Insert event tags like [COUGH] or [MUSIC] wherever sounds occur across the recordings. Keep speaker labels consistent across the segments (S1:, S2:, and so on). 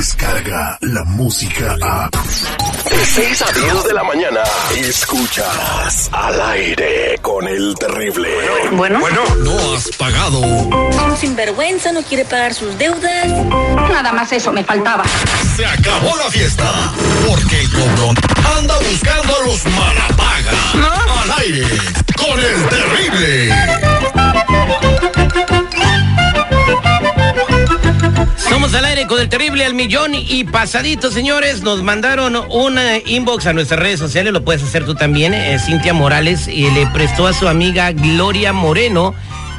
S1: Escucha la música a.
S2: De 6 a 10 de la mañana. Escuchas al aire con el terrible.
S3: Bueno,
S4: No has pagado.
S3: un sinvergüenza, no quiere pagar sus deudas. Nada más eso me faltaba.
S4: Se acabó la fiesta. Porque el cobrón anda buscando a los malapagas. Al aire con el terrible.
S5: Somos al aire con el terrible al millón y pasadito, señores. Nos mandaron un eh, inbox a nuestras redes sociales, lo puedes hacer tú también. eh, Cintia Morales y le prestó a su amiga Gloria Moreno.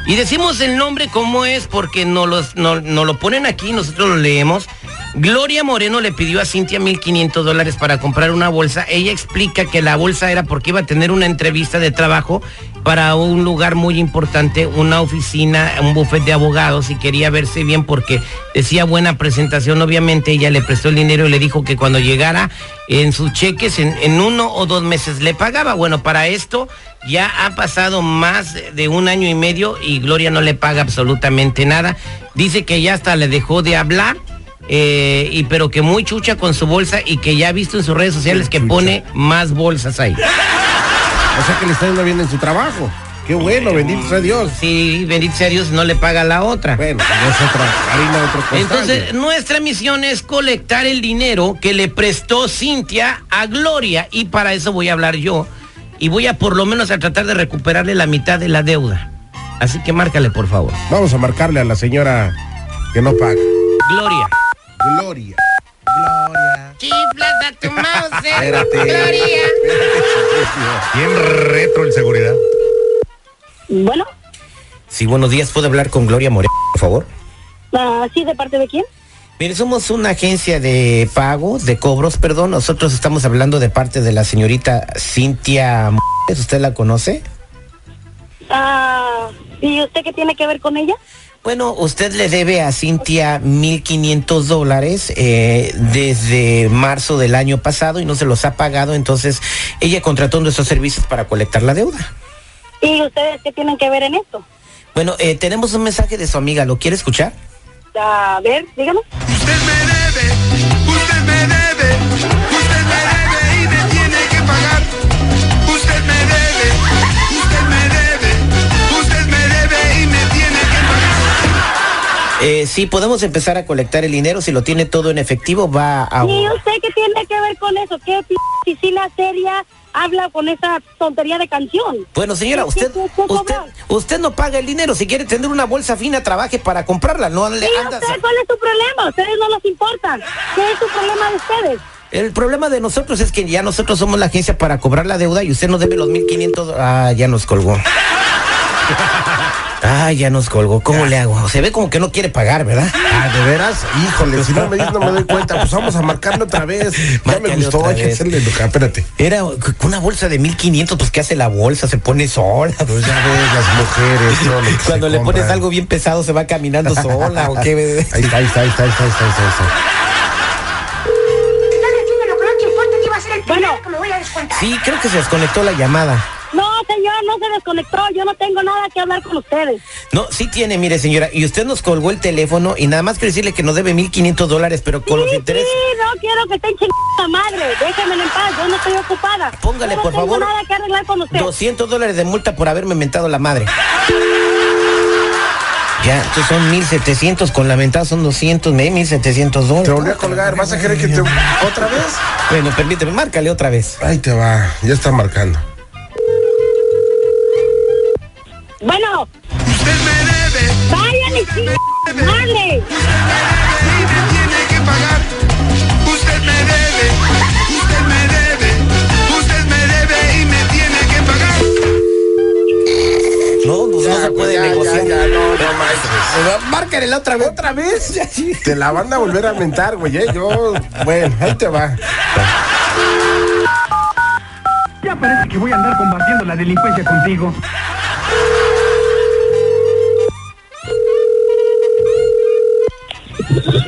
S5: Y decimos el nombre como es porque nos, los- no- nos lo ponen aquí, nosotros lo leemos. Gloria Moreno le pidió a Cintia 1.500 dólares para comprar una bolsa. Ella explica que la bolsa era porque iba a tener una entrevista de trabajo para un lugar muy importante, una oficina, un bufete de abogados y quería verse bien porque decía buena presentación. Obviamente ella le prestó el dinero y le dijo que cuando llegara en sus cheques en, en uno o dos meses le pagaba. Bueno, para esto ya ha pasado más de un año y medio y Gloria no le paga absolutamente nada. Dice que ya hasta le dejó de hablar eh, y pero que muy chucha con su bolsa y que ya ha visto en sus redes sociales que pone más bolsas ahí.
S6: O sea que le está yendo bien en su trabajo. Qué bueno, bendito sea Dios.
S5: Sí, bendito sea Dios, no le paga la otra.
S6: Bueno, no es otra harina, otro
S5: pues
S6: costal.
S5: Entonces, nuestra misión es colectar el dinero que le prestó Cintia a Gloria y para eso voy a hablar yo y voy a por lo menos a tratar de recuperarle la mitad de la deuda. Así que márcale, por favor.
S6: Vamos a marcarle a la señora que no paga.
S5: Gloria.
S6: Gloria. Gloria.
S5: Chiflas a tu [LAUGHS] mouse.
S6: Espérate.
S4: Bien retro el seguridad.
S7: Bueno,
S5: Sí, buenos días. ¿Puedo hablar con Gloria Moreno, por favor?
S7: ah, sí, ¿de parte de quién?
S5: Mire, somos una agencia de pagos, de cobros, perdón. Nosotros estamos hablando de parte de la señorita Cintia. M***. ¿Usted la conoce?
S7: Ah, ¿Y usted qué tiene que ver con ella?
S5: Bueno, usted le debe a Cintia 1.500 dólares eh, desde marzo del año pasado y no se los ha pagado. Entonces, ella contrató nuestros servicios para colectar la deuda.
S7: ¿Y ustedes qué tienen que ver en esto?
S5: Bueno, eh, tenemos un mensaje de su amiga. ¿Lo quiere escuchar?
S7: Ah, A ver, díganos.
S8: Usted me debe, usted me debe, usted me debe y me tiene que pagar. Usted me debe, usted me debe, usted me debe y me tiene que pagar.
S5: Eh, sí, podemos empezar a colectar el dinero. Si lo tiene todo en efectivo, va a...
S7: ¿Y usted qué tiene que ver con eso? ¿Qué p piscina seria habla con esa tontería de canción?
S5: Bueno, señora,
S7: Sí, sí,
S5: usted,
S7: sí, sí,
S5: usted,
S7: cobrar.
S5: usted no paga el dinero. Si quiere tener una bolsa fina, trabaje para comprarla. No
S7: ¿Y
S5: le andas.
S7: usted cuál es su problema? Ustedes no los importan. ¿Qué es su problema de ustedes?
S5: El problema de nosotros es que ya nosotros somos la agencia para cobrar la deuda y usted nos debe los 1500. Ah, ya nos colgó. Ah, ya nos colgó. ¿Cómo le hago? Se ve como que no quiere pagar, ¿verdad?
S6: Ah, de veras, híjole, si no me dices no me doy cuenta, pues vamos a marcarle otra vez. Ya me
S5: Márcale
S6: gustó,
S5: otra
S6: hay que
S5: vez.
S6: hacerle loca, espérate.
S5: Era una bolsa de 1500, pues ¿qué hace la bolsa? Se pone sola.
S6: Pues ya ves, las mujeres, todo lo que [LAUGHS] se
S5: Cuando le
S6: compran.
S5: pones algo bien pesado, se va caminando sola o
S6: [LAUGHS]
S5: qué.
S6: Ahí está, ahí está, ahí está, ahí está, ahí está, ahí está.
S7: Bueno,
S5: Sí, creo que se desconectó la llamada.
S7: no, señor, no se desconectó. Yo no tengo nada que hablar con ustedes.
S5: No, sí tiene, mire señora, y usted nos colgó el teléfono y nada más quiero decirle que nos debe 1.500 dólares, pero con los
S7: sí,
S5: intereses...
S7: sí, no quiero que estén chingada madre. Déjenme en paz, yo no estoy ocupada.
S5: Póngale,
S7: Yo no
S5: por
S7: tengo
S5: favor,
S7: nada que arreglar con usted.
S5: 200 dólares de multa por haberme mentado la madre. Ya, estos son 1.700, con la mentada son 200, me di 1.700
S6: Te volví
S5: dólares.
S6: a colgar, ¿vas a querer que te... ¿Otra vez?
S5: Bueno, permíteme, márcale otra vez.
S6: Ahí te va, ya está marcando.
S7: Bueno,
S8: Usted me debe,
S7: vayan y chingada madre.
S8: usted me debe y me tiene que pagar. Usted me debe, usted me debe, usted me debe y me tiene que pagar.
S5: No, pues no se puede
S6: ya,
S5: negociar.
S6: ya, ya, no, no manches.
S5: Márcale la otra vez. ¿Otra
S6: [LAUGHS]
S5: vez?
S6: Te la van a volver a mentar, güey. ¿eh? Yo, bueno, ahí te va.
S8: Ya parece que voy a andar combatiendo la delincuencia contigo.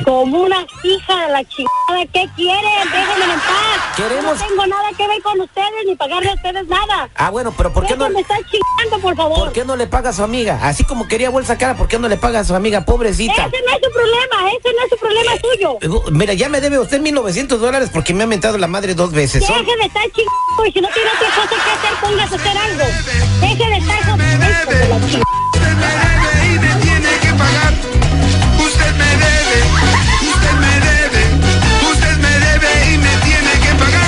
S7: Como una hija de la chingada, ¿qué quieren? Déjenme en paz.
S5: Queremos-
S7: No tengo nada que ver con ustedes ni pagarle a ustedes nada.
S5: Ah, bueno, pero ¿por qué no,
S7: me están chingando, por favor.
S5: ¿por qué no le paga a su amiga? Así como quería bolsa cara, ¿por qué no le paga a su amiga? Pobrecita.
S7: Ese no es su problema, ese no es su problema suyo.
S5: Eh, bu- Mira, ya me debe usted 1900 dólares porque me ha mentado la madre dos veces. eh, Son-
S7: Deje de estar chingando y si no tiene otra cosa que hacer, póngase a hacer algo. Deje de estar con hijo de la chingada.
S8: Usted me debe y me tiene que pagar. Usted me debe, usted me debe, usted me debe y me tiene que pagar.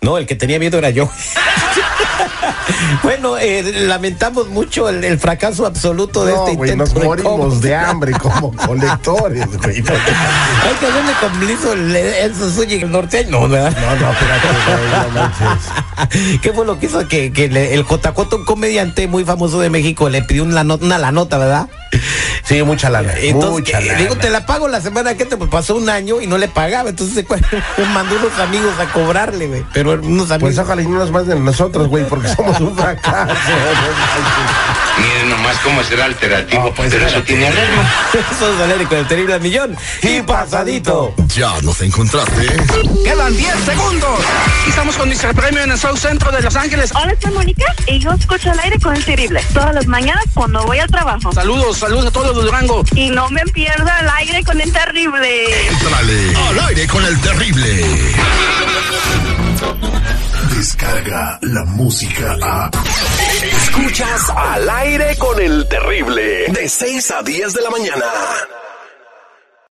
S5: No, el que tenía miedo era yo. [LAUGHS] bueno, eh, lamentamos mucho el, el fracaso absoluto de
S6: No,
S5: este
S6: güey,
S5: intento.
S6: nos
S5: de
S6: morimos
S5: compra.
S6: de hambre [LAUGHS] como colectores, güey. No,
S5: Hay que hacerle con blizo el, el Suzuki el norteño. No, [LAUGHS] ¿verdad?
S6: no, no, espérate, güey, no manches.
S5: ¿Qué fue lo que hizo que, que le- el Jotacoto, un comediante muy famoso de México, le pidió una, nota, una la nota, ¿verdad?
S6: Sí, mucha lana,
S5: Entonces,
S6: mucha
S5: que-
S6: lana.
S5: digo, te la pago la semana que te pues, pasó un año y no le pagaba. Entonces [LAUGHS] se cu- mandó unos amigos a cobrarle, güey. Pero unos amigos. [LAUGHS]
S6: Pues ojalá y no nos manden nosotros, güey, porque somos un fracaso. [LAUGHS]
S9: Miren nomás cómo será alternativo,
S6: No, pues,
S9: pero eso
S6: espérate.
S9: tiene arreglo.
S6: ah.
S5: Eso es Valerio con el terrible al millón. Y pasadito.
S10: Ya nos encontraste.
S9: Quedan 10 segundos. Estamos con nuestro premio en el South Centro de Los Ángeles.
S7: Hola, soy Mónica y yo escucho al aire con el terrible todas las mañanas cuando voy al trabajo.
S9: Saludos, saludos a todos los Durango.
S7: Y no me pierdo al aire con el terrible.
S10: Entrale al aire con el terrible.
S11: Descarga la música a.
S2: Escuchas al aire con el terrible de 6 a 10 de la mañana.